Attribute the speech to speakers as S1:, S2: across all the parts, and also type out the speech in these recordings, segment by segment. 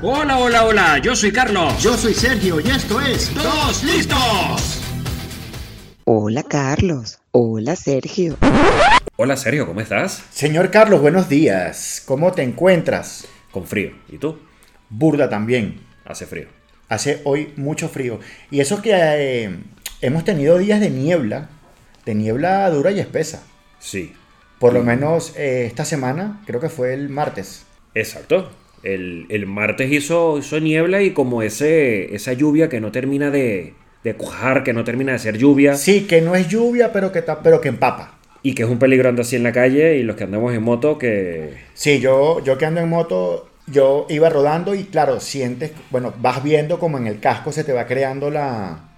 S1: Hola, hola, hola, yo soy Carlos.
S2: Yo soy Sergio y esto es
S1: ¡Todos listos!
S3: Hola Carlos, hola Sergio.
S1: Hola, Sergio, ¿cómo estás?
S2: Señor Carlos, buenos días. ¿Cómo te encuentras?
S1: Con frío. ¿Y tú?
S2: Burda también.
S1: Hace frío.
S2: Hace hoy mucho frío. Y eso que eh, hemos tenido días de niebla, de niebla dura y espesa.
S1: Sí.
S2: Por lo menos eh, esta semana, creo que fue el martes.
S1: Exacto. El, el martes hizo, hizo niebla y como ese, esa lluvia que no termina de, de cuajar, que no termina de ser lluvia,
S2: Sí, que no es lluvia, pero que, ta- pero que empapa.
S1: y que es un peligro andar así en la calle y los que andamos en moto que...
S2: Sí, yo, yo que ando en moto, yo iba rodando y claro, sientes, bueno, vas viendo como en el casco se te va creando la...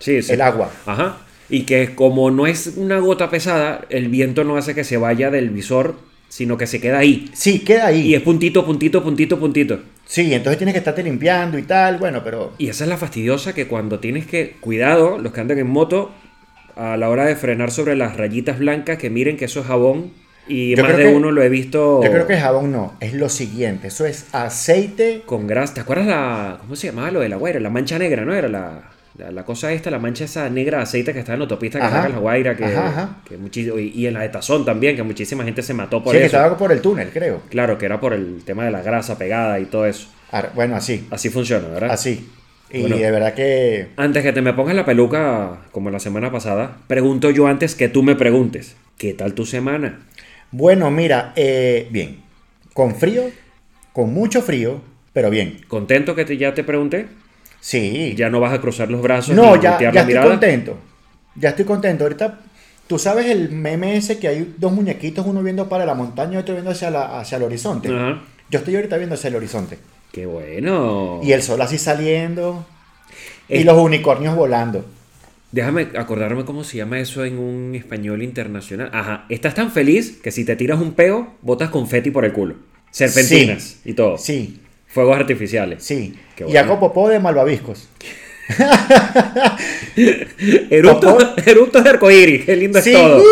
S1: Sí, sí.
S2: El agua.
S1: Ajá. Y que como no es una gota pesada, el viento no hace que se vaya del visor, sino que se queda ahí.
S2: Sí, queda ahí.
S1: Y es puntito, puntito, puntito, puntito.
S2: Sí, entonces tienes que estarte limpiando y tal, bueno, pero...
S1: Y esa es la fastidiosa que cuando tienes que. Cuidado, los que andan en moto, a la hora de frenar sobre las rayitas blancas, que miren que eso es jabón. Y
S2: Yo
S1: más
S2: creo
S1: de
S2: que-
S1: uno lo he visto.
S2: Yo creo que jabón no, es lo siguiente, eso es aceite...
S1: Con grasa. ¿Te acuerdas la. ¿Cómo se llamaba lo de la guaira? La mancha negra, ¿no? Era la. La, la cosa esta, la mancha esa negra de aceite que está en la autopista que
S2: Ajá.
S1: está en la Guaira, que,
S2: Ajá, ajá.
S1: que muchis- y, y en la de Tazón también, que muchísima gente se mató por
S2: sí, que
S1: eso.
S2: estaba por el túnel, creo.
S1: Claro, que era por el tema de la grasa pegada y todo eso.
S2: Ahora, Bueno, así,
S1: Así funciona, ¿verdad?
S2: así. Y
S1: Ah. Bueno.
S2: de verdad que...
S1: Antes que te me pongas la peluca, como la semana pasada, pregunto yo antes que tú me preguntes. ¿Qué tal tu semana?
S2: Bueno, mira, eh, bien, con frío, con mucho frío, pero bien.
S1: ¿Contento que te- ya te pregunté?
S2: Sí.
S1: ¿Ya no vas a cruzar los brazos
S2: no,
S1: ni
S2: ya,
S1: voltear
S2: ya
S1: la
S2: estoy
S1: mirada?
S2: contento. Ya estoy contento. Ahorita, tú sabes el meme ese que hay dos muñequitos, uno viendo para la montaña y otro viendo hacia, la- hacia el horizonte.
S1: Ajá.
S2: Yo estoy ahorita viendo hacia el horizonte.
S1: ¡Qué bueno!
S2: Y el sol así saliendo.
S1: Eh.
S2: Y los unicornios volando.
S1: Déjame acordarme cómo se llama eso en un español internacional. Ajá, estás tan feliz que si te tiras un peo, botas confeti por el culo. Serpentinas y todo.
S2: Sí,
S1: Fuegos artificiales.
S2: sí.
S1: Qué
S2: Y hago
S1: bueno.
S2: popó de malvaviscos.
S1: Eructos, eructos de arcoíris, qué lindo
S2: Sí.
S1: es todo.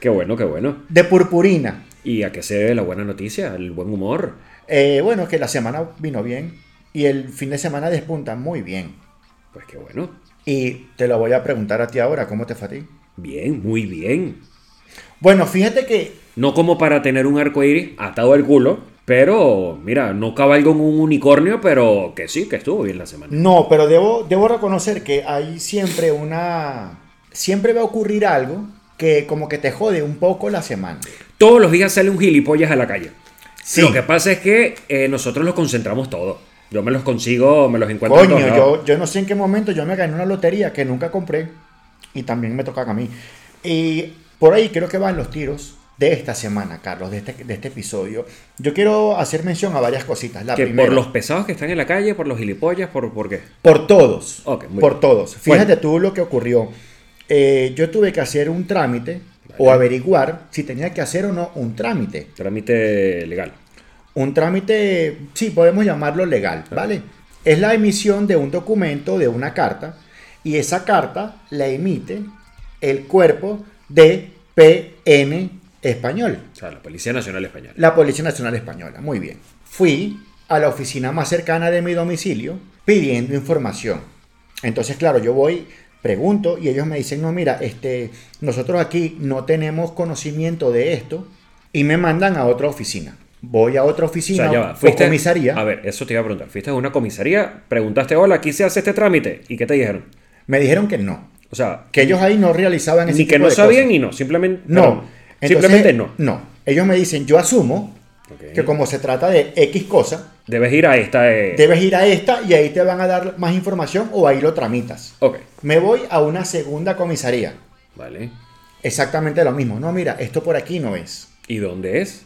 S1: Qué bueno, qué bueno.
S2: De purpurina.
S1: ¿Y a qué se debe la buena noticia? El buen humor.
S2: Eh, bueno, que la semana vino bien. Y el fin de semana despunta muy bien.
S1: Pues qué bueno.
S2: Y te lo voy a preguntar a ti ahora, ¿cómo te fue a ti?
S1: Bien, muy bien.
S2: Bueno, fíjate que
S1: No como para tener un arco iris atado al culo, pero mira, no cabalgo en un unicornio, pero que sí, que estuvo bien la semana.
S2: No, pero debo, debo reconocer que hay siempre una... Siempre va a ocurrir algo que como que te jode un poco la semana.
S1: Todos los días sale un gilipollas a la calle.
S2: Sí.
S1: Lo que pasa es que eh, nosotros los concentramos todos. Yo me los consigo, me los encuentro. en
S2: Coño,
S1: todos lados.
S2: yo, yo no sé en qué momento yo me gané una lotería que nunca compré y también me tocan a mí. Y por ahí creo que van los tiros de esta semana, Carlos, de este, de este episodio. Yo quiero hacer mención a varias cositas. La
S1: Que
S2: primera,
S1: por los pesados que están en la calle, por los gilipollas, por, ¿por qué.
S2: por todos.
S1: Ok, muy
S2: por
S1: bien.
S2: todos. Fíjate
S1: Bueno.
S2: tú lo que ocurrió. Eh, yo tuve que hacer un trámite o averiguar si tenía que hacer o no un trámite.
S1: Trámite legal.
S2: un trámite, sí, podemos llamarlo legal, ¿vale? Es la emisión de un documento, de una carta, y esa carta la emite el cuerpo de PN español,
S1: O sea, la Policía Nacional Española.
S2: la Policía Nacional Española. Muy bien. Fui a la oficina más cercana de mi domicilio pidiendo información. Entonces, claro, yo voy, pregunto y ellos me dicen, no, mira, este, nosotros aquí no tenemos conocimiento de esto y me mandan a otra oficina. Voy a otra
S1: O
S2: oficina
S1: sea,
S2: o,
S1: ya va, fuiste-
S2: comisaría.
S1: A ver, eso te iba a preguntar. Fuiste a una comisaría, preguntaste, hola, aquí se hace este trámite. ¿Y qué te dijeron?
S2: Me dijeron que no,
S1: O sea,
S2: que ellos ahí no realizaban ese
S1: ni que
S2: tipo
S1: no
S2: de
S1: sabían
S2: cosas.
S1: y no, simplemente
S2: No,
S1: perdón,
S2: Entonces,
S1: simplemente no.
S2: No, ellos me dicen, yo asumo
S1: Ok.
S2: que como se trata de X cosa,
S1: Debes ir a esta... eh,
S2: debes ir a esta y ahí te van a dar más información o ahí lo tramitas.
S1: Ok,
S2: Me voy a una segunda comisaría.
S1: vale.
S2: Exactamente lo mismo. No, mira, esto por aquí no es.
S1: ¿Y dónde es?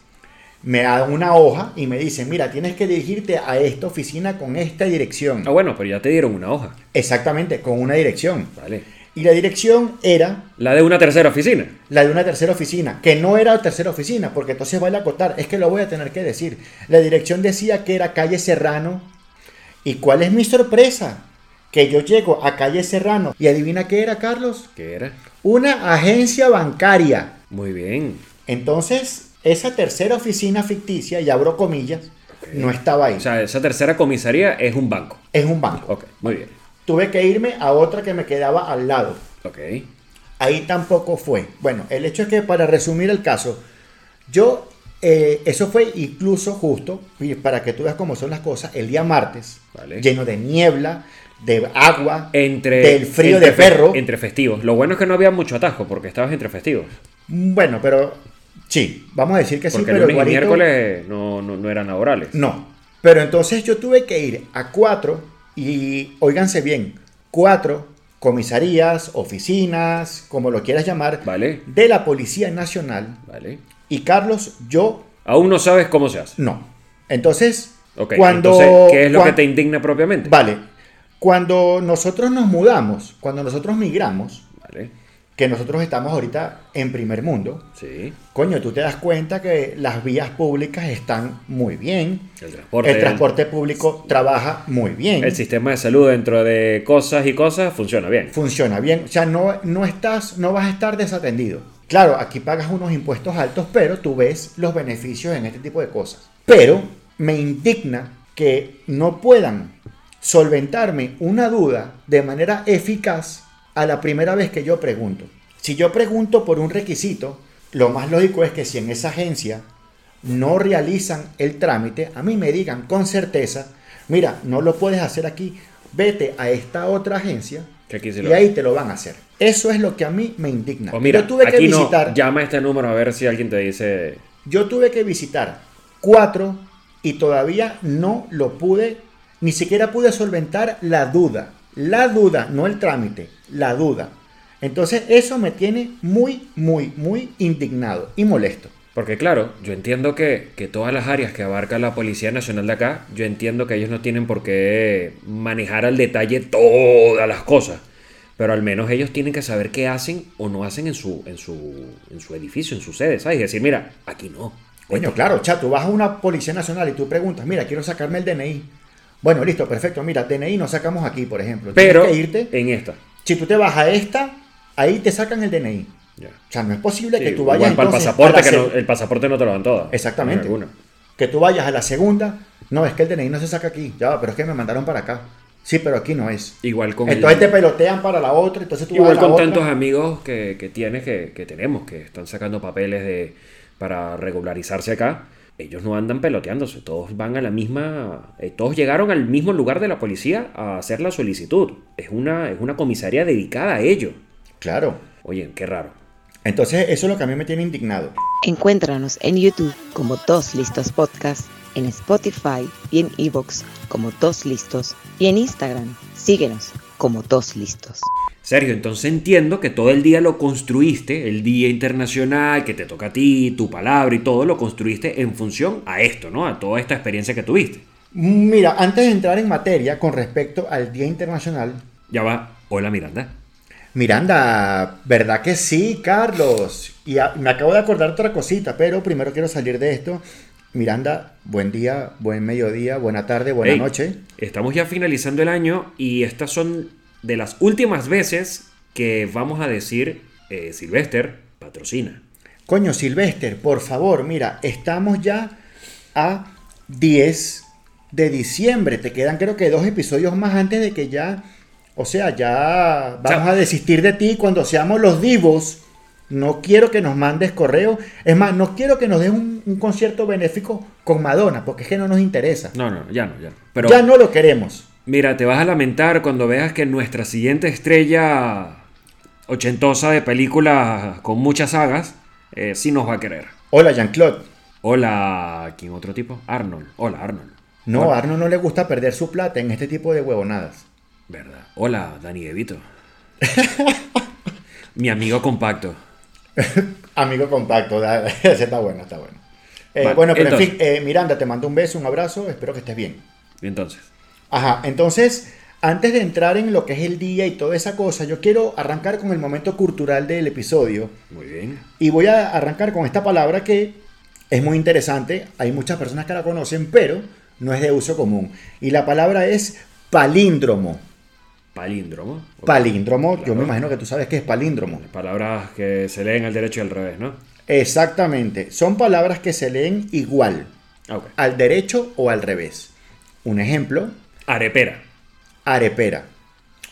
S2: Me dan una hoja y me dicen, mira, tienes que dirigirte a esta oficina con esta dirección.
S1: Ah, bueno, pero ya te dieron una hoja.
S2: Exactamente, con una dirección.
S1: Vale.
S2: Y la dirección era
S1: La de una tercera oficina.
S2: la de una tercera oficina, que no era tercera oficina, porque entonces vale acotar, es que lo voy a tener que decir. La dirección decía que era calle Serrano. ¿Y cuál es mi sorpresa? Que yo llego a calle Serrano y adivina qué era, Carlos.
S1: ¿Qué era?
S2: Una agencia bancaria.
S1: Muy bien.
S2: Entonces, esa tercera oficina ficticia, y abro comillas,
S1: Ok.
S2: no estaba ahí.
S1: O sea, esa tercera comisaría es un banco.
S2: es un banco.
S1: Ok, muy bien.
S2: Tuve que irme a otra que me quedaba al lado.
S1: Ok.
S2: Ahí tampoco fue. Bueno, el hecho es que para resumir el caso, yo, eh, eso fue incluso justo, y para que tú veas cómo son las cosas, el día martes,
S1: Vale.
S2: lleno de niebla, de agua,
S1: Entre.
S2: del frío
S1: entre
S2: de
S1: fe-
S2: perro.
S1: Entre festivos. Lo bueno es que no había mucho atajo porque estabas entre festivos.
S2: Mm, Bueno, pero sí, vamos a decir que sí,
S1: Porque
S2: pero
S1: lunes y
S2: igualito-
S1: miércoles no, no, no eran laborales.
S2: No. Pero entonces yo tuve que ir a cuatro, y óiganse bien, cuatro comisarías, oficinas, como lo quieras llamar,
S1: Vale.
S2: de la Policía Nacional.
S1: Vale.
S2: Y Carlos, yo
S1: Aún no sabes cómo se hace.
S2: no. Entonces,
S1: Ok.
S2: cuando...
S1: Entonces, ¿qué es lo
S2: cuan-
S1: que te indigna propiamente?
S2: Vale. Cuando nosotros nos mudamos, cuando nosotros migramos,
S1: Vale.
S2: que nosotros estamos ahorita en primer mundo,
S1: Sí.
S2: coño, tú te das cuenta que las vías públicas están muy bien.
S1: El transporte.
S2: el transporte público trabaja muy bien.
S1: El sistema de salud dentro de cosas y cosas funciona bien.
S2: funciona bien. O sea, no, no, estás, no vas a estar desatendido. Claro, aquí pagas unos impuestos altos, pero tú ves los beneficios en este tipo de cosas. Pero me indigna que no puedan solventarme una duda de manera eficaz a la primera vez que yo pregunto. Si yo pregunto por un requisito, lo más lógico es que si en esa agencia no realizan el trámite, a mí me digan con certeza, mira, no lo puedes hacer aquí, vete a esta otra agencia
S1: Que aquí se
S2: y
S1: lo-
S2: ahí te lo van a hacer. Eso es lo que a mí me indigna.
S1: O Pues mira,
S2: yo tuve
S1: aquí
S2: que visitar,
S1: no, llama a este número a ver si alguien te dice.
S2: yo tuve que visitar cuatro y todavía no lo pude, ni siquiera pude solventar la duda, la duda, no el trámite, la duda. Entonces eso me tiene muy, muy, muy indignado y molesto.
S1: Porque claro, yo entiendo que, que todas las áreas que abarca la Policía Nacional de acá, yo entiendo que ellos no tienen por qué manejar al detalle todas las cosas. Pero al menos ellos tienen que saber qué hacen o no hacen en su, en su, en su edificio, en su sede, ¿sabes? Y decir, mira, aquí no.
S2: Coño, claro, chato, vas a una policía nacional y tú preguntas, mira, quiero sacarme el DNI. Bueno, listo, perfecto. Mira, DNI no sacamos aquí, por ejemplo. Tienes
S1: Pero eh,
S2: que irte.
S1: en esta.
S2: Si tú te vas a esta, ahí te sacan el DNI.
S1: Ya.
S2: O sea, no es posible que
S1: Sí,
S2: tú vayas
S1: igual para el
S2: entonces,
S1: pasaporte,
S2: a la
S1: que
S2: se-
S1: no- eh, el pasaporte no te lo dan todo.
S2: Exactamente. que tú vayas a la segunda. No, es que el DNI no se saca aquí. Ya, va, pero es que me mandaron para acá. Sí, pero aquí no es.
S1: Igual con el-
S2: Entonces te pelotean para la otra, entonces tú
S1: Igual
S2: vas a la
S1: con
S2: otra.
S1: tantos amigos que, que tienes, que, que tenemos, que están sacando papeles de, para regularizarse acá, ellos no andan peloteándose, todos van a la misma, eh, todos llegaron al mismo lugar de la policía a hacer la solicitud. Es una, es una comisaría dedicada a ello.
S2: Claro.
S1: Oye, qué raro.
S2: Entonces eso es lo que a mí me tiene indignado.
S3: Encuéntranos en YouTube como Dos Listos Podcast, en Spotify y en Evox como Dos Listos y en Instagram. Síguenos como Dos Listos.
S1: Sergio, entonces entiendo que todo el día lo construiste, el Día Internacional, que te toca a ti, tu palabra y todo, lo construiste en función a esto, ¿no? A toda esta experiencia que tuviste.
S2: Mira, antes de entrar en materia con respecto al Día Internacional,
S1: Ya va. Hola, Miranda.
S2: Miranda, ¿verdad que sí, Carlos? Y a- me acabo de acordar otra cosita, pero primero quiero salir de esto. Miranda, buen día, buen mediodía, buena tarde, buena
S1: Hey,
S2: noche.
S1: Estamos ya finalizando el año y estas son de las últimas veces que vamos a decir, eh, Silvester, patrocina.
S2: Coño, Silvester, por favor, mira, estamos ya a 10 de diciembre. Te quedan creo que dos episodios más antes de que ya, o sea, ya vamos
S1: Chao.
S2: a desistir de ti cuando seamos los divos. No quiero que nos mandes correo. Es más, no quiero que nos des un, un concierto benéfico con Madonna, porque es que no nos interesa.
S1: No, no, ya no, ya no. Pero
S2: ya no lo queremos.
S1: mira, te vas a lamentar cuando veas que nuestra siguiente estrella ochentosa de películas con muchas sagas, eh, sí nos va a querer.
S2: Hola, Jean-Claude.
S1: Hola, ¿quién otro tipo? Arnold. Hola, Arnold.
S2: No,
S1: Hola.
S2: a Arno no le gusta perder su plata en este tipo de huevonadas.
S1: ¿Verdad? Hola, Dani Evito. Mi amigo compacto.
S2: Amigo compacto, da- ese está bueno, está bueno. Eh,
S1: Vale,
S2: bueno, pero en fin,
S1: entonces.
S2: eh, Miranda, te mando un beso, un abrazo, espero que estés bien.
S1: Entonces,
S2: Ajá, entonces, antes de entrar en lo que es el día y toda esa cosa, yo quiero arrancar con el momento cultural del episodio
S1: muy bien.
S2: y voy a arrancar con esta palabra que es muy interesante, hay muchas personas que la conocen, pero no es de uso común. Y la palabra es palíndromo.
S1: Palíndromo.
S2: Palíndromo, yo
S1: Claro.
S2: me imagino que tú sabes que es palíndromo.
S1: Palabras que se leen al derecho y al revés, ¿no?
S2: Exactamente, son palabras que se leen igual.
S1: Ah, Ok.
S2: al derecho o al revés. Un ejemplo,
S1: Arepera.
S2: arepera.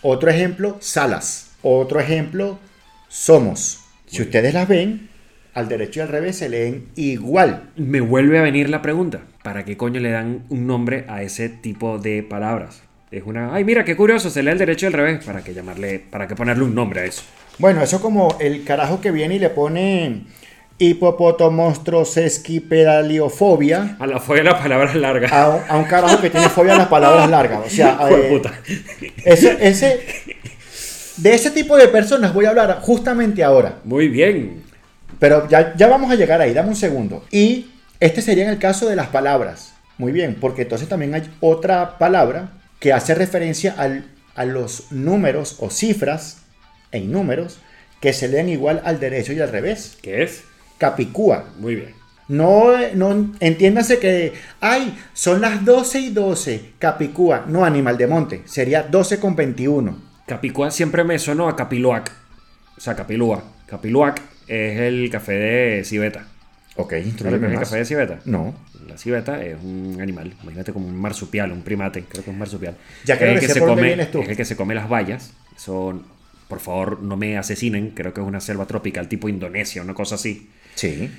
S2: Otro ejemplo, salas. Otro ejemplo, somos. Si ustedes las ven, al derecho y al revés se leen igual.
S1: Me vuelve a venir la pregunta, ¿para qué coño le dan un nombre a ese tipo de palabras? Es una, ay, mira, qué curioso, se lee el derecho y al revés, ¿para qué llamarle, para qué ponerle un nombre a eso?
S2: Bueno, eso como el carajo que viene y le pone hipopotomonstrosesquipedaliofobia
S1: A la fue la palabra larga.
S2: a, un- a un carajo que tiene fobia a las palabras largas. O sea,
S1: Hijo de
S2: eh,
S1: puta.
S2: ese- ese- de ese tipo de personas voy a hablar justamente ahora.
S1: Muy bien.
S2: Pero ya, ya vamos a llegar ahí, dame un segundo. Y este sería en el caso de las palabras. Muy bien, porque entonces también hay otra palabra que hace referencia al- a los números o cifras en números que se leen igual al derecho y al revés.
S1: ¿Qué es?
S2: Capicúa.
S1: Muy bien.
S2: No, eh, no entiéndase que, ay, son las 12 y 12. Capicúa. No, animal de monte. Sería 12 con 21.
S1: Capicúa siempre me sonó a Capiluac. O sea, Capilúa. Capiluac es el café de civeta.
S2: Ok,
S1: ¿Sabes lo que
S2: instruyeme
S1: es el
S2: más.
S1: café de civeta?
S2: No.
S1: La civeta es un animal, imagínate como un marsupial, un primate, creo que es un marsupial.
S2: Ya
S1: Es
S2: creo
S1: el
S2: que sé por dónde
S1: come,
S2: vienes tú.
S1: Es el que se come las bayas. Son, por favor, no me asesinen, creo que es una selva tropical tipo Indonesia, una cosa así.
S2: Sí.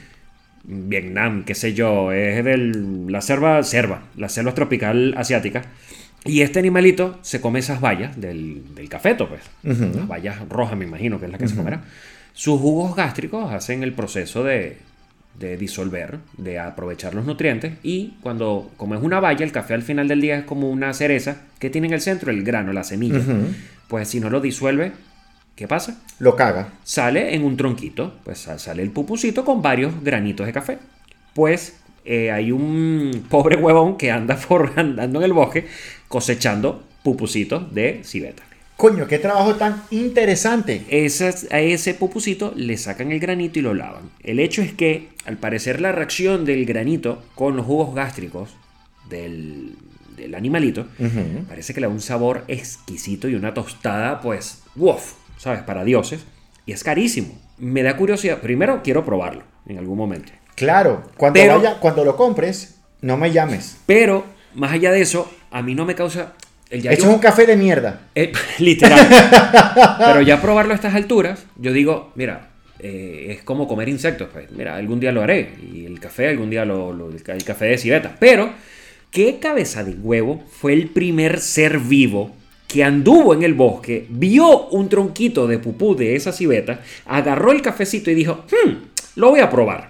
S1: Vietnam, qué sé yo, es de la selva, selva, la selva tropical asiática. Y este animalito se come esas bayas del, del cafeto, pues.
S2: Ujú.
S1: Las bayas rojas, me imagino, que es la que se comerá. Sus jugos gástricos hacen el proceso de, de disolver, de aprovechar los nutrientes. Y cuando comes una baya, el café al final del día es como una cereza que tiene en el centro el grano, la semilla.
S2: Ujú.
S1: Pues si no lo disuelve, ¿qué pasa?
S2: Lo caga.
S1: sale en un tronquito, pues sa- sale el pupucito con varios granitos de café. Pues eh, hay un pobre huevón que anda por, andando en el bosque cosechando pupusitos de civeta.
S2: Coño, qué trabajo tan interesante.
S1: Esas- a ese pupucito le sacan el granito y lo lavan. El hecho es que, al parecer, la reacción del granito con los jugos gástricos del, del animalito
S2: Ujú.
S1: parece que le da un sabor exquisito y una tostada, pues, uff, ¿sabes? Para dioses. Y es carísimo. Me da curiosidad. Primero, quiero probarlo en algún momento.
S2: Claro, cuando
S1: Pero-
S2: vaya, cuando lo compres, no me llames.
S1: Pero, más allá de eso, a mí no me causa. El ya
S2: Esto
S1: yo-
S2: es un café de mierda.
S1: Eh, literal. Pero ya probarlo a estas alturas, yo digo, mira, eh, es como comer insectos. Pues. Mira, algún día lo haré. Y el café, algún día lo, lo- el, ca- el café de civeta. Pero, ¿qué cabeza de huevo fue el primer ser vivo que anduvo en el bosque, vio un tronquito de pupú de esa civeta, agarró el cafecito y dijo, "Hmm, lo voy a probar?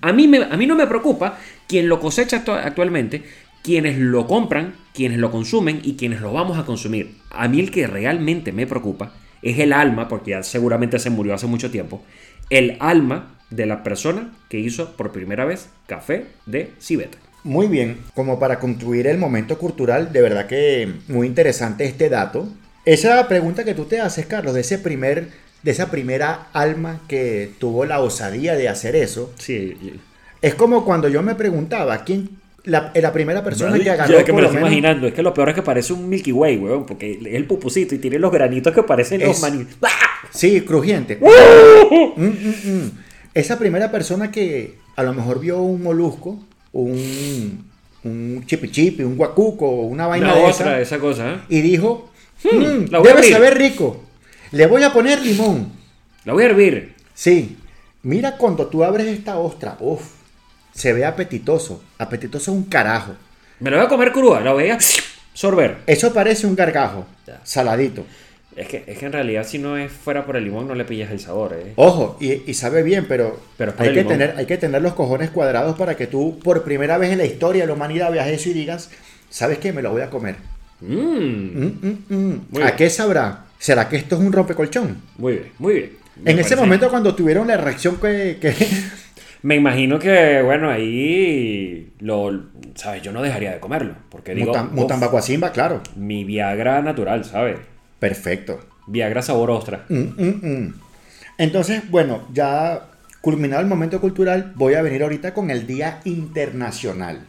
S1: A mí, me- a mí no me preocupa quien lo cosecha actu- actualmente, quienes lo compran, quienes lo consumen y quienes lo vamos a consumir. A mí el que realmente me preocupa es el alma, porque ya seguramente se murió hace mucho tiempo, el alma de la persona que hizo por primera vez café de civeta.
S2: Muy bien, como para concluir el momento cultural, de verdad que muy interesante este dato. Esa pregunta que tú te haces, Carlos, de ese primer, de esa primera alma que tuvo la osadía de hacer eso,
S1: Sí,
S2: es como cuando yo me preguntaba quién la, la primera persona que agarró
S1: que me
S2: por
S1: lo
S2: lo
S1: estoy
S2: menos-
S1: imaginando, es que lo peor es que parece un Milky Way, weón, porque es el pupusito y tiene los granitos que parecen los
S2: Es-
S1: maní.
S2: Sí, crujiente. Mm, mm, mm. Esa primera persona que a lo mejor vio un molusco, un, un chipichipi, un guacuco, una vaina
S1: Una
S2: de
S1: otra de
S2: esa,
S1: esa cosa, ¿eh?
S2: y dijo, "Mm,
S1: la voy a
S2: debe
S1: abrir".
S2: saber rico, le voy a poner limón.
S1: La voy a hervir.
S2: Sí, mira cuando tú abres esta ostra, uff, se ve apetitoso, apetitoso es un carajo.
S1: Me la voy a comer cruda, la voy a sorber.
S2: Eso parece un gargajo,
S1: Ya.
S2: saladito.
S1: Es que, es que en realidad si no es fuera por el limón no le pillas el sabor, ¿eh?
S2: Ojo, y, y sabe bien, pero,
S1: Pero es por
S2: hay,
S1: el
S2: que
S1: limón.
S2: tener, hay que tener los cojones cuadrados para que tú, por primera vez en la historia de la humanidad, veas eso y digas, ¿sabes qué? Me lo voy a comer.
S1: Mm,
S2: Mm, mm, mm.
S1: Muy
S2: ¿A
S1: bien.
S2: qué sabrá? ¿Será que esto es un rompecolchón?
S1: Muy bien, muy bien. Me
S2: En ese
S1: parece-
S2: momento, cuando tuvieron la reacción que... que-
S1: Me imagino que, bueno, ahí lo, ¿sabes? Yo no dejaría de comerlo. Porque digo,
S2: Mutam-
S1: "Uf,
S2: Mutambacuacimba, claro.
S1: mi Viagra natural, ¿sabes?
S2: Perfecto.
S1: Viagra sabor ostra.
S2: Mm, mm, mm. Entonces, bueno, ya culminado el momento cultural, voy a venir ahorita con el Día Internacional.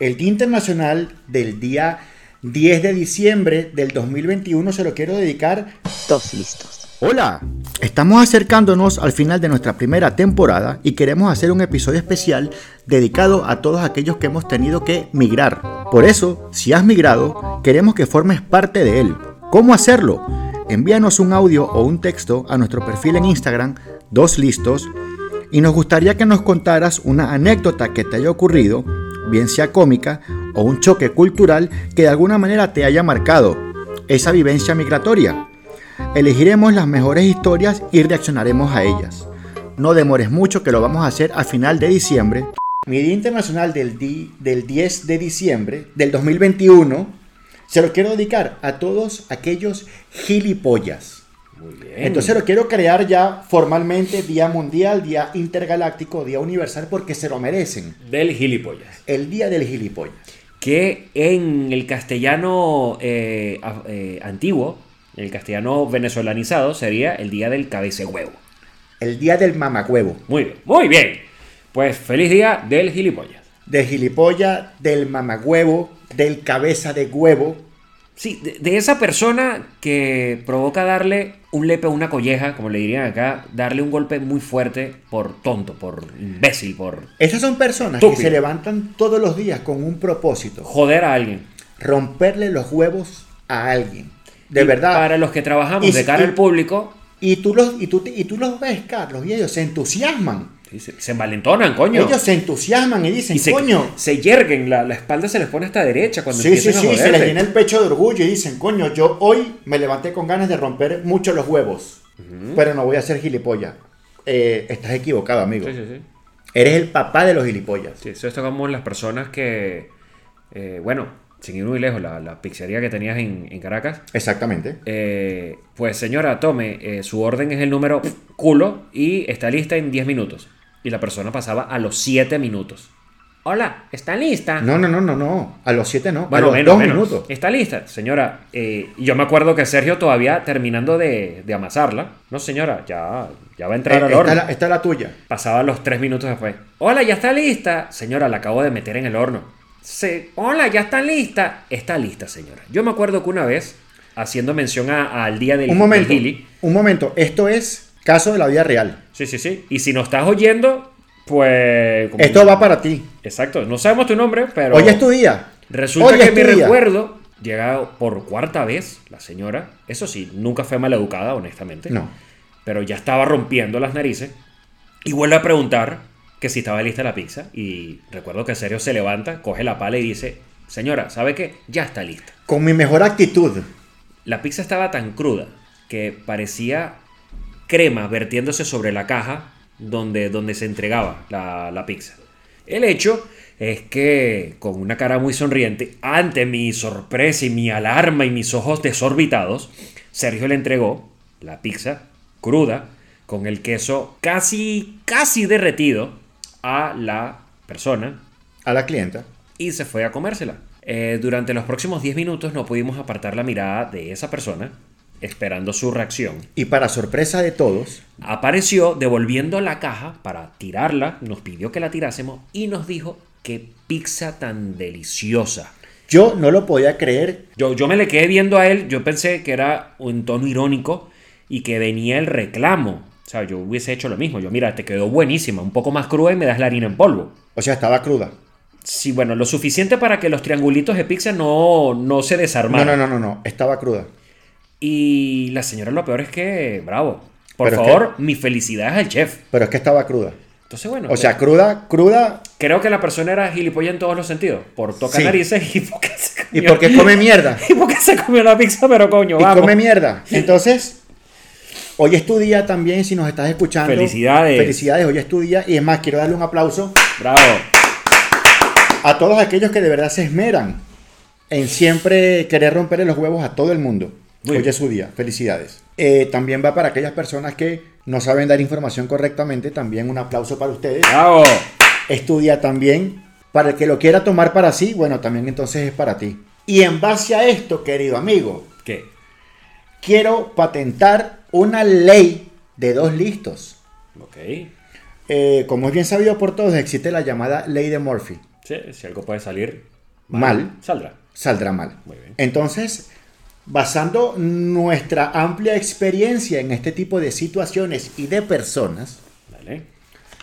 S2: El Día Internacional del día 10 de diciembre del 2021 se lo quiero dedicar.
S3: Dos listos.
S2: Hola, Estamos acercándonos al final de nuestra primera temporada y queremos hacer un episodio especial dedicado a todos aquellos que hemos tenido que migrar. Por eso, si has migrado, queremos que formes parte de él. ¿Cómo hacerlo? Envíanos un audio o un texto a nuestro perfil en Instagram, dos listos, y nos gustaría que nos contaras una anécdota que te haya ocurrido, bien sea cómica o un choque cultural que de alguna manera te haya marcado esa vivencia migratoria. Elegiremos las mejores historias y reaccionaremos a ellas. No demores mucho que lo vamos a hacer a final de diciembre. Mi Día Internacional del, di- del 10 de diciembre del 2021 se lo quiero dedicar a todos aquellos gilipollas.
S1: Muy bien.
S2: Entonces lo quiero crear ya formalmente Día Mundial, Día Intergaláctico, Día Universal porque se lo merecen.
S1: Del gilipollas.
S2: El Día del Gilipollas.
S1: Que en el castellano eh, a- eh, antiguo, el castellano venezolanizado, sería el día del cabecehuevo.
S2: El Día del Mamacuevo.
S1: Muy bien, muy bien. Pues feliz día del gilipollas.
S2: Del gilipollas, del mamacuevo, del cabeza de huevo.
S1: Sí, de, de esa persona que provoca darle un lepe o una colleja, como le dirían acá, darle un golpe muy fuerte por tonto, por imbécil, por
S2: Esas son personas que
S1: Estúpido.
S2: se levantan todos los días con un propósito,
S1: joder a alguien.
S2: romperle los huevos a alguien. De
S1: Y
S2: verdad.
S1: Para los que trabajamos
S2: Y-
S1: de cara
S2: y-
S1: al público,
S2: Y tú los y tú, te- y tú los ves, Carlos, y ellos se entusiasman.
S1: sí, se, se envalentonan, coño.
S2: Ellos se entusiasman y dicen,
S1: y se,
S2: coño.
S1: se yerguen, la, la espalda se les pone hasta derecha cuando
S2: Sí, sí,
S1: empiezan a ¿eh?
S2: sí, se
S1: joderte.
S2: les llena el pecho de orgullo y dicen, coño, yo hoy me levanté con ganas de romper mucho los huevos, pero no voy a ser gilipollas. Eh, estás equivocado, amigo.
S1: Sí, sí, sí.
S2: Eres el papá de los gilipollas.
S1: Sí, eso es como las personas que, eh, bueno, sin ir muy lejos, la, la pizzería que tenías en, en Caracas.
S2: Exactamente.
S1: eh, pues señora, tome, eh, su orden es el número culo y está lista en 10 minutos. Y la persona pasaba a los 7 minutos. Hola, ¿está lista?
S2: No, no, no, no, no. A los siete no.
S1: Bueno,
S2: a los
S1: menos,
S2: dos
S1: menos.
S2: minutos.
S1: Está lista, señora. eh, yo me acuerdo que Sergio todavía terminando de, de amasarla. No, señora, ya, ya va a entrar
S2: Eh,
S1: al
S2: esta
S1: horno.
S2: la- esta es la tuya.
S1: Pasaba los tres minutos después. Hola, ya está lista. Señora, la acabo de meter en el horno. Se- Hola, ya está lista. Está lista, señora. Yo me acuerdo que una vez, haciendo mención a- al día del,
S2: Un
S1: del
S2: momento.
S1: Gili-
S2: Un momento. Esto es caso de la vida real.
S1: Sí, sí, sí. Y si nos estás oyendo, pues. como-
S2: Esto va para ti.
S1: Exacto. No sabemos tu nombre, pero.
S2: Hoy es tu día.
S1: Resulta
S2: Hoy
S1: que
S2: es
S1: mi
S2: tu día.
S1: recuerdo llega por cuarta vez la señora. Eso sí, nunca fue maleducada, honestamente.
S2: No.
S1: Pero ya estaba rompiendo las narices. Y vuelve a preguntar que si estaba lista la pizza. Y recuerdo que Sergio se levanta, coge la pala y dice: Señora, ¿sabe qué? Ya está lista.
S2: Con mi mejor actitud.
S1: La pizza estaba tan cruda que parecía crema vertiéndose sobre la caja donde, donde se entregaba la, la pizza. El hecho es que, con una cara muy sonriente, ante mi sorpresa y mi alarma y mis ojos desorbitados, Sergio le entregó la pizza cruda con el queso casi, casi derretido a la persona
S2: A la clienta.
S1: y se fue a comérsela. Eh, durante los próximos 10 minutos no pudimos apartar la mirada de esa persona, esperando su reacción.
S2: Y para sorpresa de todos,
S1: Apareció devolviendo la caja para tirarla, nos pidió que la tirásemos y nos dijo que pizza tan deliciosa.
S2: yo no lo podía creer.
S1: Yo, yo me le quedé viendo a él, yo pensé que era un tono irónico y que venía el reclamo. O sea, yo hubiese hecho lo mismo. Yo, mira, te quedó buenísima, un poco más cruda y me das la harina en polvo.
S2: O sea, estaba cruda.
S1: Sí, bueno, lo suficiente para que los triangulitos de pizza no, no se
S2: No,
S1: desarmaran.
S2: no, no, no, no. Estaba cruda.
S1: Y la señora lo peor es que, bravo. Por
S2: Pero es
S1: favor, mi felicidad es al chef.
S2: Pero es que estaba cruda.
S1: Entonces, bueno. eh,
S2: O sea, cruda, cruda.
S1: creo que la persona era gilipollas en todos los sentidos. Por tocar
S2: Sí.
S1: narices y porque se
S2: Y
S1: comió.
S2: porque come mierda.
S1: y porque se comió la pizza, pero coño,
S2: Y
S1: vamos.
S2: come mierda. Entonces, hoy es tu día también, si nos estás escuchando.
S1: Felicidades.
S2: Felicidades, hoy es tu día. Y es más, quiero darle un aplauso
S1: Bravo.
S2: a todos aquellos que de verdad se esmeran en siempre querer romperle los huevos a todo el mundo.
S1: Muy
S2: Hoy
S1: bien.
S2: es su día, felicidades. Eh, también va para aquellas personas que no saben dar información correctamente, también un aplauso para ustedes.
S1: Bravo.
S2: Es tu día también. Para el que lo quiera tomar para sí, bueno, también entonces es para ti. Y en base a esto, querido amigo,
S1: ¿Qué?
S2: quiero patentar una ley de dos listos.
S1: Ok.
S2: Eh, como es bien sabido por todos, existe la llamada ley de Murphy.
S1: Sí, si algo puede salir
S2: Mal,
S1: saldrá.
S2: saldrá mal.
S1: Muy bien.
S2: Entonces, basando nuestra amplia experiencia en este tipo de situaciones y de personas,
S1: Dale.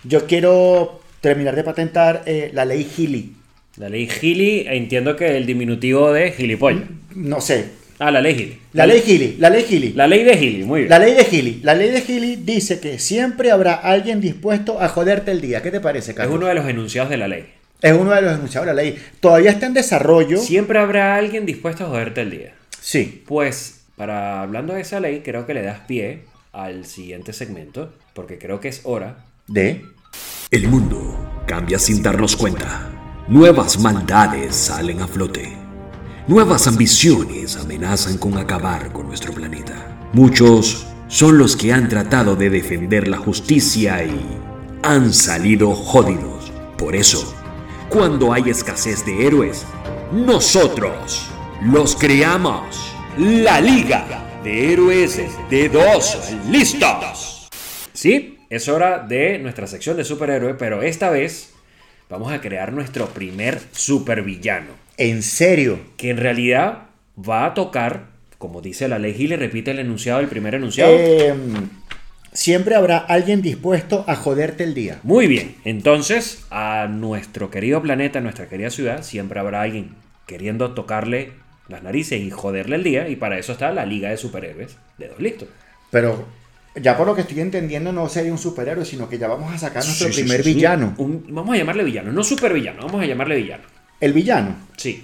S2: yo quiero terminar de patentar eh, la ley Gili.
S1: La ley Gili, e entiendo que el diminutivo de gilipollas.
S2: No sé.
S1: Ah, la ley Gili.
S2: Mm. La ley Gili, la ley Gili.
S1: La ley de Gili, muy bien.
S2: La ley de Gili. La ley de Gili dice que siempre habrá alguien dispuesto a joderte el día. ¿Qué te parece,
S1: Es
S2: Carlos?
S1: uno de los enunciados de la ley.
S2: Es uno de los enunciados de la ley. Todavía está en desarrollo.
S1: Siempre habrá alguien dispuesto a joderte el día.
S2: Sí.
S1: Pues, para hablando de esa ley, creo que le das pie al siguiente segmento, porque creo que es hora.
S2: De.
S4: El mundo cambia sin darnos cuenta. Nuevas maldades salen a flote. Nuevas ambiciones amenazan con acabar con nuestro planeta. Muchos son los que han tratado de defender la justicia y han salido jodidos. Por eso, cuando hay escasez de héroes, nosotros los creamos. La Liga de Héroes de Dos Listos.
S1: Sí, es hora de nuestra sección de superhéroe, pero esta vez vamos a crear nuestro primer supervillano,
S2: En serio.
S1: que en realidad va a tocar, como dice la ley Gili, repite el enunciado, el primer enunciado.
S2: Eh, siempre habrá alguien dispuesto a joderte el día.
S1: Muy bien, entonces a nuestro querido planeta, a nuestra querida ciudad, siempre habrá alguien queriendo tocarle las narices y joderle el día, y para eso está la Liga de Superhéroes de dos listos.
S2: Pero ya por lo que estoy entendiendo, no sería un superhéroe, sino que ya vamos a sacar nuestro
S4: Sí, sí,
S2: primer
S4: sí, sí.
S2: villano.
S1: Un- vamos a llamarle villano, no supervillano, vamos a llamarle villano.
S2: El villano.
S1: Sí,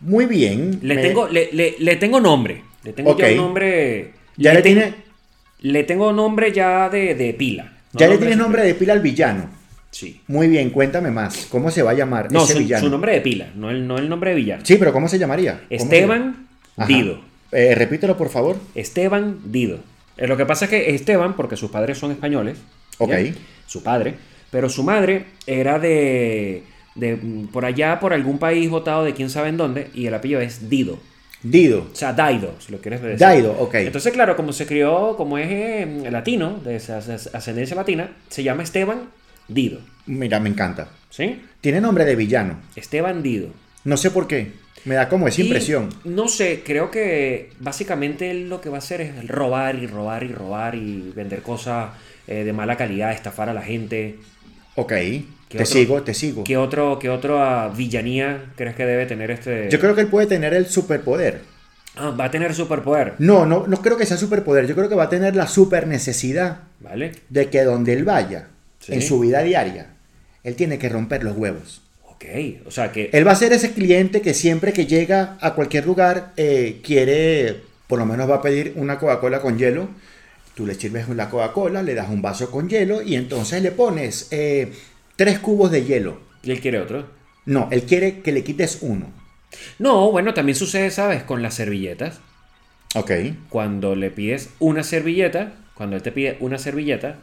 S2: Muy bien.
S1: le,
S2: Me-
S1: tengo, le, le- le tengo nombre, le tengo ya
S2: Ok.
S1: un nombre...
S2: Ya le,
S1: ten-
S2: tiene,
S1: le tengo nombre ya de, de pila. No
S2: ya le
S1: nombre
S2: tienes
S1: de
S2: nombre de pila al villano.
S1: super- Sí.
S2: Muy bien, cuéntame más. ¿Cómo se va a llamar
S1: No,
S2: ese
S1: su,
S2: villano?
S1: su nombre de pila, no el, no el nombre de villano.
S2: Sí, pero ¿cómo se llamaría? ¿Cómo se llama?
S1: Esteban
S2: Ajá.
S1: Dido.
S2: Eh, repítelo, por favor.
S1: Esteban Dido. Eh, Lo que pasa es que Esteban, porque sus padres son españoles, ¿ya?
S2: Ok.
S1: su padre, pero su madre era de, de mm, por allá, por algún país votado de quién sabe en dónde, y el apellido es Dido.
S2: Dido.
S1: O sea, Daido, si lo quieres decir.
S2: Daido, ok.
S1: Entonces, claro, como se crió, como es eh, latino, de esa- esa- ascendencia latina, se llama Esteban Dido.
S2: Mira, me encanta.
S1: ¿Sí?
S2: Tiene nombre de villano.
S1: Esteban Dido.
S2: No sé por qué. Me da como esa
S1: Y,
S2: impresión.
S1: No sé, creo que básicamente él lo que va a hacer es robar y robar y robar y vender cosas eh, de mala calidad, estafar a la gente.
S2: Ok. Te
S1: otro?
S2: sigo, te sigo.
S1: ¿Qué otro, qué otra villanía crees que debe tener este?
S2: Yo creo que él puede tener el superpoder.
S1: Ah, va a tener superpoder,
S2: No, no, no creo que sea superpoder. Yo creo que va a tener la super necesidad
S1: ¿vale?
S2: de que donde él vaya,
S1: Sí.
S2: en su vida diaria, él tiene que romper los huevos.
S1: Ok, o sea que
S2: Él va a ser ese cliente que siempre que llega a cualquier lugar eh, quiere, por lo menos va a pedir una Coca-Cola con hielo. Tú le sirves la Coca-Cola, le das un vaso con hielo y entonces le pones eh, tres cubos de hielo.
S1: ¿y él quiere otro.
S2: No, él quiere que le quites uno.
S1: No, bueno, también sucede, ¿sabes? Con las servilletas.
S2: Ok.
S1: Cuando le pides una servilleta, cuando él te pide una servilleta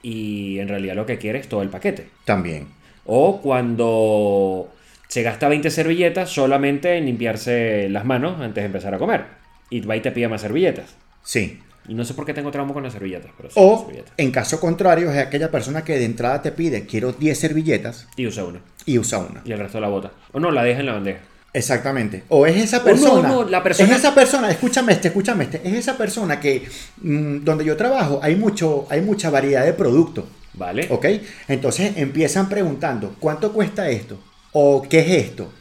S1: y en realidad lo que quiere es todo el paquete.
S2: También.
S1: O cuando se gasta 20 servilletas solamente en limpiarse las manos antes de empezar a comer. Y va y te pide más servilletas.
S2: Sí.
S1: Y no sé por qué tengo tramo con las servilletas, pero sí,
S2: O,
S1: servilletas.
S2: en caso contrario, es aquella persona que de entrada te pide, quiero 10 servilletas
S1: Y usa una.
S2: y usa una.
S1: Y el resto la bota. O no, la deja en la bandeja.
S2: Exactamente. O es esa
S1: Oh, no,
S2: persona.
S1: no, la persona-
S2: Es esa persona, escúchame este, escúchame este. Es esa persona que mm, donde yo trabajo hay mucho, hay mucha variedad de productos.
S1: ¿Vale?
S2: ¿Ok? Entonces empiezan preguntando, ¿cuánto cuesta esto? ¿O qué es esto?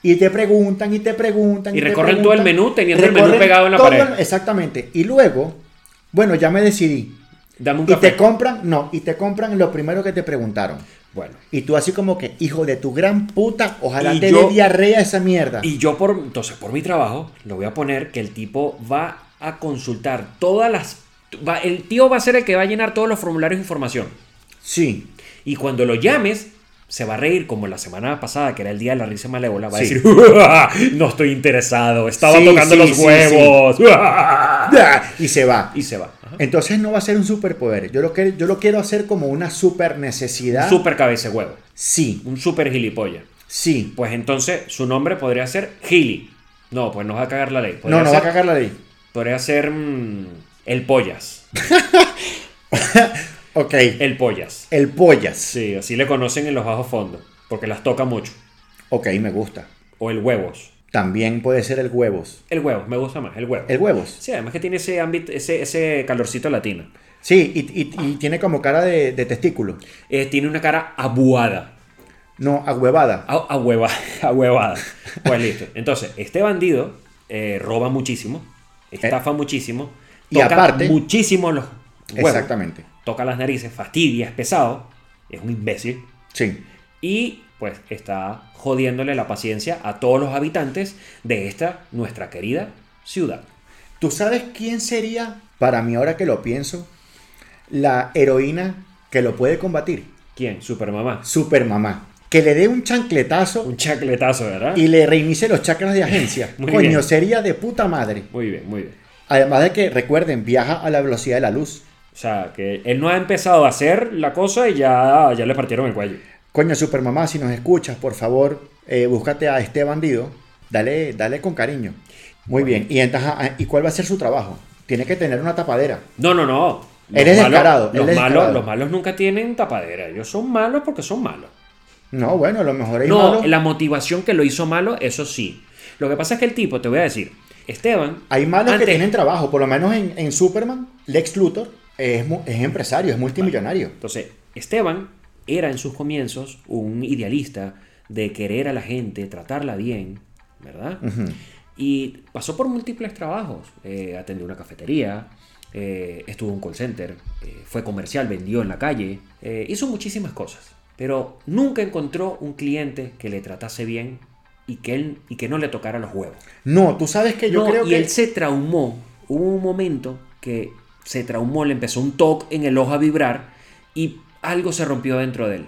S2: Y te preguntan y te preguntan.
S1: Y
S2: te
S1: recorren todo el
S2: preguntan.
S1: menú teniendo el menú
S2: Recorren
S1: pegado en la
S2: todo
S1: pared.
S2: el- exactamente. Y luego, bueno, ya me decidí.
S1: Dame un
S2: Y
S1: café.
S2: te compran, no, y te compran lo primero que te preguntaron.
S1: bueno.
S2: Y tú así como que, hijo de tu gran puta, ojalá
S1: Y
S2: te
S1: yo-
S2: dé diarrea esa mierda.
S1: Y yo por, entonces por mi trabajo, lo voy a poner que el tipo va a consultar todas las... va- el tío va a ser el que va a llenar todos los formularios de información.
S2: Sí.
S1: Y cuando lo llames, se va a reír como la semana pasada, que era el día de la risa malévola. Va
S2: Sí.
S1: a decir, no estoy interesado, estaba
S2: Sí,
S1: tocando
S2: sí,
S1: los
S2: sí,
S1: huevos. Ah.
S2: Y se va.
S1: y se va. Ajá.
S2: Entonces no va a ser un superpoder. Yo lo, que, yo lo quiero hacer como una super necesidad.
S1: Super cabeza huevo.
S2: Sí,
S1: Un super gilipollas.
S2: sí.
S1: Pues entonces su nombre podría ser Gili. No, pues nos va a cagar la ley. Podría
S2: No, no va
S1: ser,
S2: a cagar la ley.
S1: Podría ser mm, el pollas.
S2: Ok.
S1: El pollas.
S2: El pollas.
S1: Sí, así le conocen en los bajos fondos. Porque las toca mucho.
S2: Ok, me gusta.
S1: O el huevos.
S2: También puede ser el huevos.
S1: El huevo, me gusta más, el huevo.
S2: El huevos.
S1: Sí, además que tiene ese ámbito, ese, ese calorcito latino.
S2: Sí, y, y- y tiene como cara de, de testículo.
S1: Eh, tiene una cara abuada.
S2: No, ahuevada.
S1: A, a hueva- a huevada. Pues listo. Entonces, este bandido eh, roba muchísimo, estafa muchísimo,
S2: Eh. y
S1: toca
S2: aparte-
S1: muchísimo los huevos,
S2: Exactamente.
S1: toca las narices, fastidia, es pesado, es un imbécil.
S2: Sí.
S1: Y pues está jodiéndole la paciencia a todos los habitantes de esta nuestra querida ciudad.
S2: ¿Tú sabes quién sería, para mí ahora que lo pienso, la heroína que lo puede combatir?
S1: ¿Quién? Supermamá.
S2: Supermamá. Que le dé un chancletazo
S1: Un chacletazo, ¿verdad?
S2: y le reinicie los chakras de agencia.
S1: Muy
S2: Coño,
S1: bien.
S2: sería de puta madre.
S1: Muy bien, muy bien.
S2: Además de que, recuerden, viaja a la velocidad de la luz.
S1: O sea, que él no ha empezado a hacer la cosa y ya, ya le partieron el cuello.
S2: Coño, Supermamá, si nos escuchas, por favor, eh, búscate a este bandido. Dale, dale con cariño. Muy bien. ¿Y, entonces, ah, ¿Y cuál va a ser su trabajo? Tiene que tener una tapadera.
S1: No, no, no.
S2: Eres descarado,
S1: Los,
S2: eres
S1: malos,
S2: descarado.
S1: los malos nunca tienen tapadera. Ellos son malos porque son malos.
S2: No, bueno, a lo mejor hay
S1: No,
S2: malo.
S1: la motivación que lo hizo malo, eso sí. Lo que pasa es que el tipo, te voy a decir, Esteban.
S2: Hay malos
S1: antes-
S2: que tienen trabajo, por lo menos en, en Superman, Lex Luthor es, mu- es empresario, es multimillonario.
S1: Entonces, Esteban era en sus comienzos un idealista de querer a la gente, tratarla bien, ¿verdad?
S2: Ujú.
S1: Y pasó por múltiples trabajos. Eh, atendió una cafetería, eh, estuvo en un call center, eh, fue comercial, vendió en la calle, eh, hizo muchísimas cosas. Pero nunca encontró un cliente que le tratase bien y que, él, y que no le tocara los huevos.
S2: No, tú sabes que yo
S1: No,
S2: creo
S1: y
S2: que
S1: él se traumó. Hubo un momento que se traumó, le empezó un toque en el ojo a vibrar y algo se rompió dentro de él.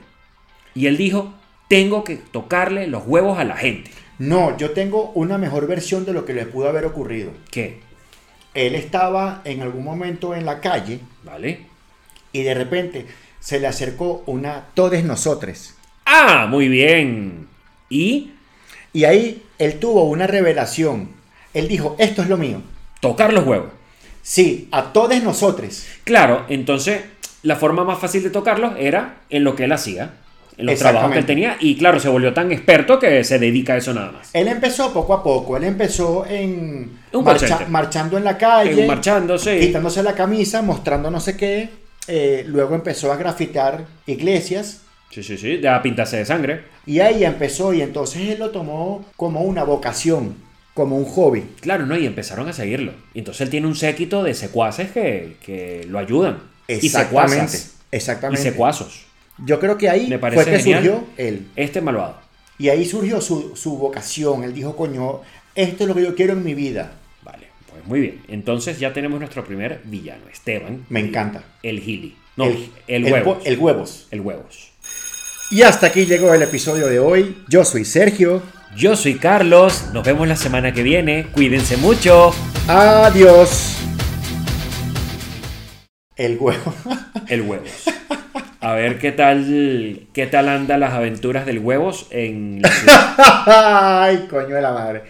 S1: Y él dijo, tengo que tocarle los huevos a la gente.
S2: No, yo tengo una mejor versión de lo que le pudo haber ocurrido.
S1: ¿Qué?
S2: Él estaba en algún momento en la calle
S1: ¿Vale?
S2: y de repente se le acercó una todes nosotres.
S1: Ah, muy bien. Y
S2: Y ahí él tuvo una revelación. Él dijo, esto es lo mío.
S1: tocar los huevos.
S2: Sí, a todes nosotres.
S1: Claro, entonces la forma más fácil de tocarlos era en lo que él hacía, en los trabajos que él
S2: Exactamente.
S1: tenía. Y claro, se volvió tan experto que se dedica a eso nada más.
S2: Él empezó poco a poco. Él empezó en
S1: Un
S2: marcha-
S1: call center.
S2: marchando en la calle,
S1: En marchándose. y-
S2: quitándose la camisa, mostrando no sé qué. Eh, luego empezó a grafitear iglesias
S1: Sí, sí, sí, ya pintarse de sangre.
S2: y ahí empezó. Y entonces él lo tomó como una vocación, como un hobby.
S1: Claro, no, y empezaron a seguirlo. Y entonces él tiene un séquito de secuaces que, que lo ayudan. Y secuaces. Y
S2: Exactamente.
S1: secuazos.
S2: Yo creo que ahí
S1: Me
S2: fue
S1: parece
S2: que
S1: genial.
S2: surgió él.
S1: Este malvado.
S2: Y ahí surgió su, su vocación. Él dijo, coño, esto es lo que yo quiero en mi vida.
S1: Vale, pues muy bien. Entonces ya tenemos nuestro primer villano, Esteban.
S2: Me
S1: El-
S2: encanta.
S1: El Gili. No, el,
S2: el
S1: huevos.
S2: po- El huevos.
S1: el huevos.
S2: Y hasta aquí llegó el episodio de hoy. Yo soy Sergio.
S1: Yo soy Carlos. Nos vemos la semana que viene. Cuídense mucho.
S2: Adiós. El huevo.
S1: El huevos. A ver qué tal, qué tal andan las aventuras del huevos en la ciudad.
S2: Ay, coño de la madre.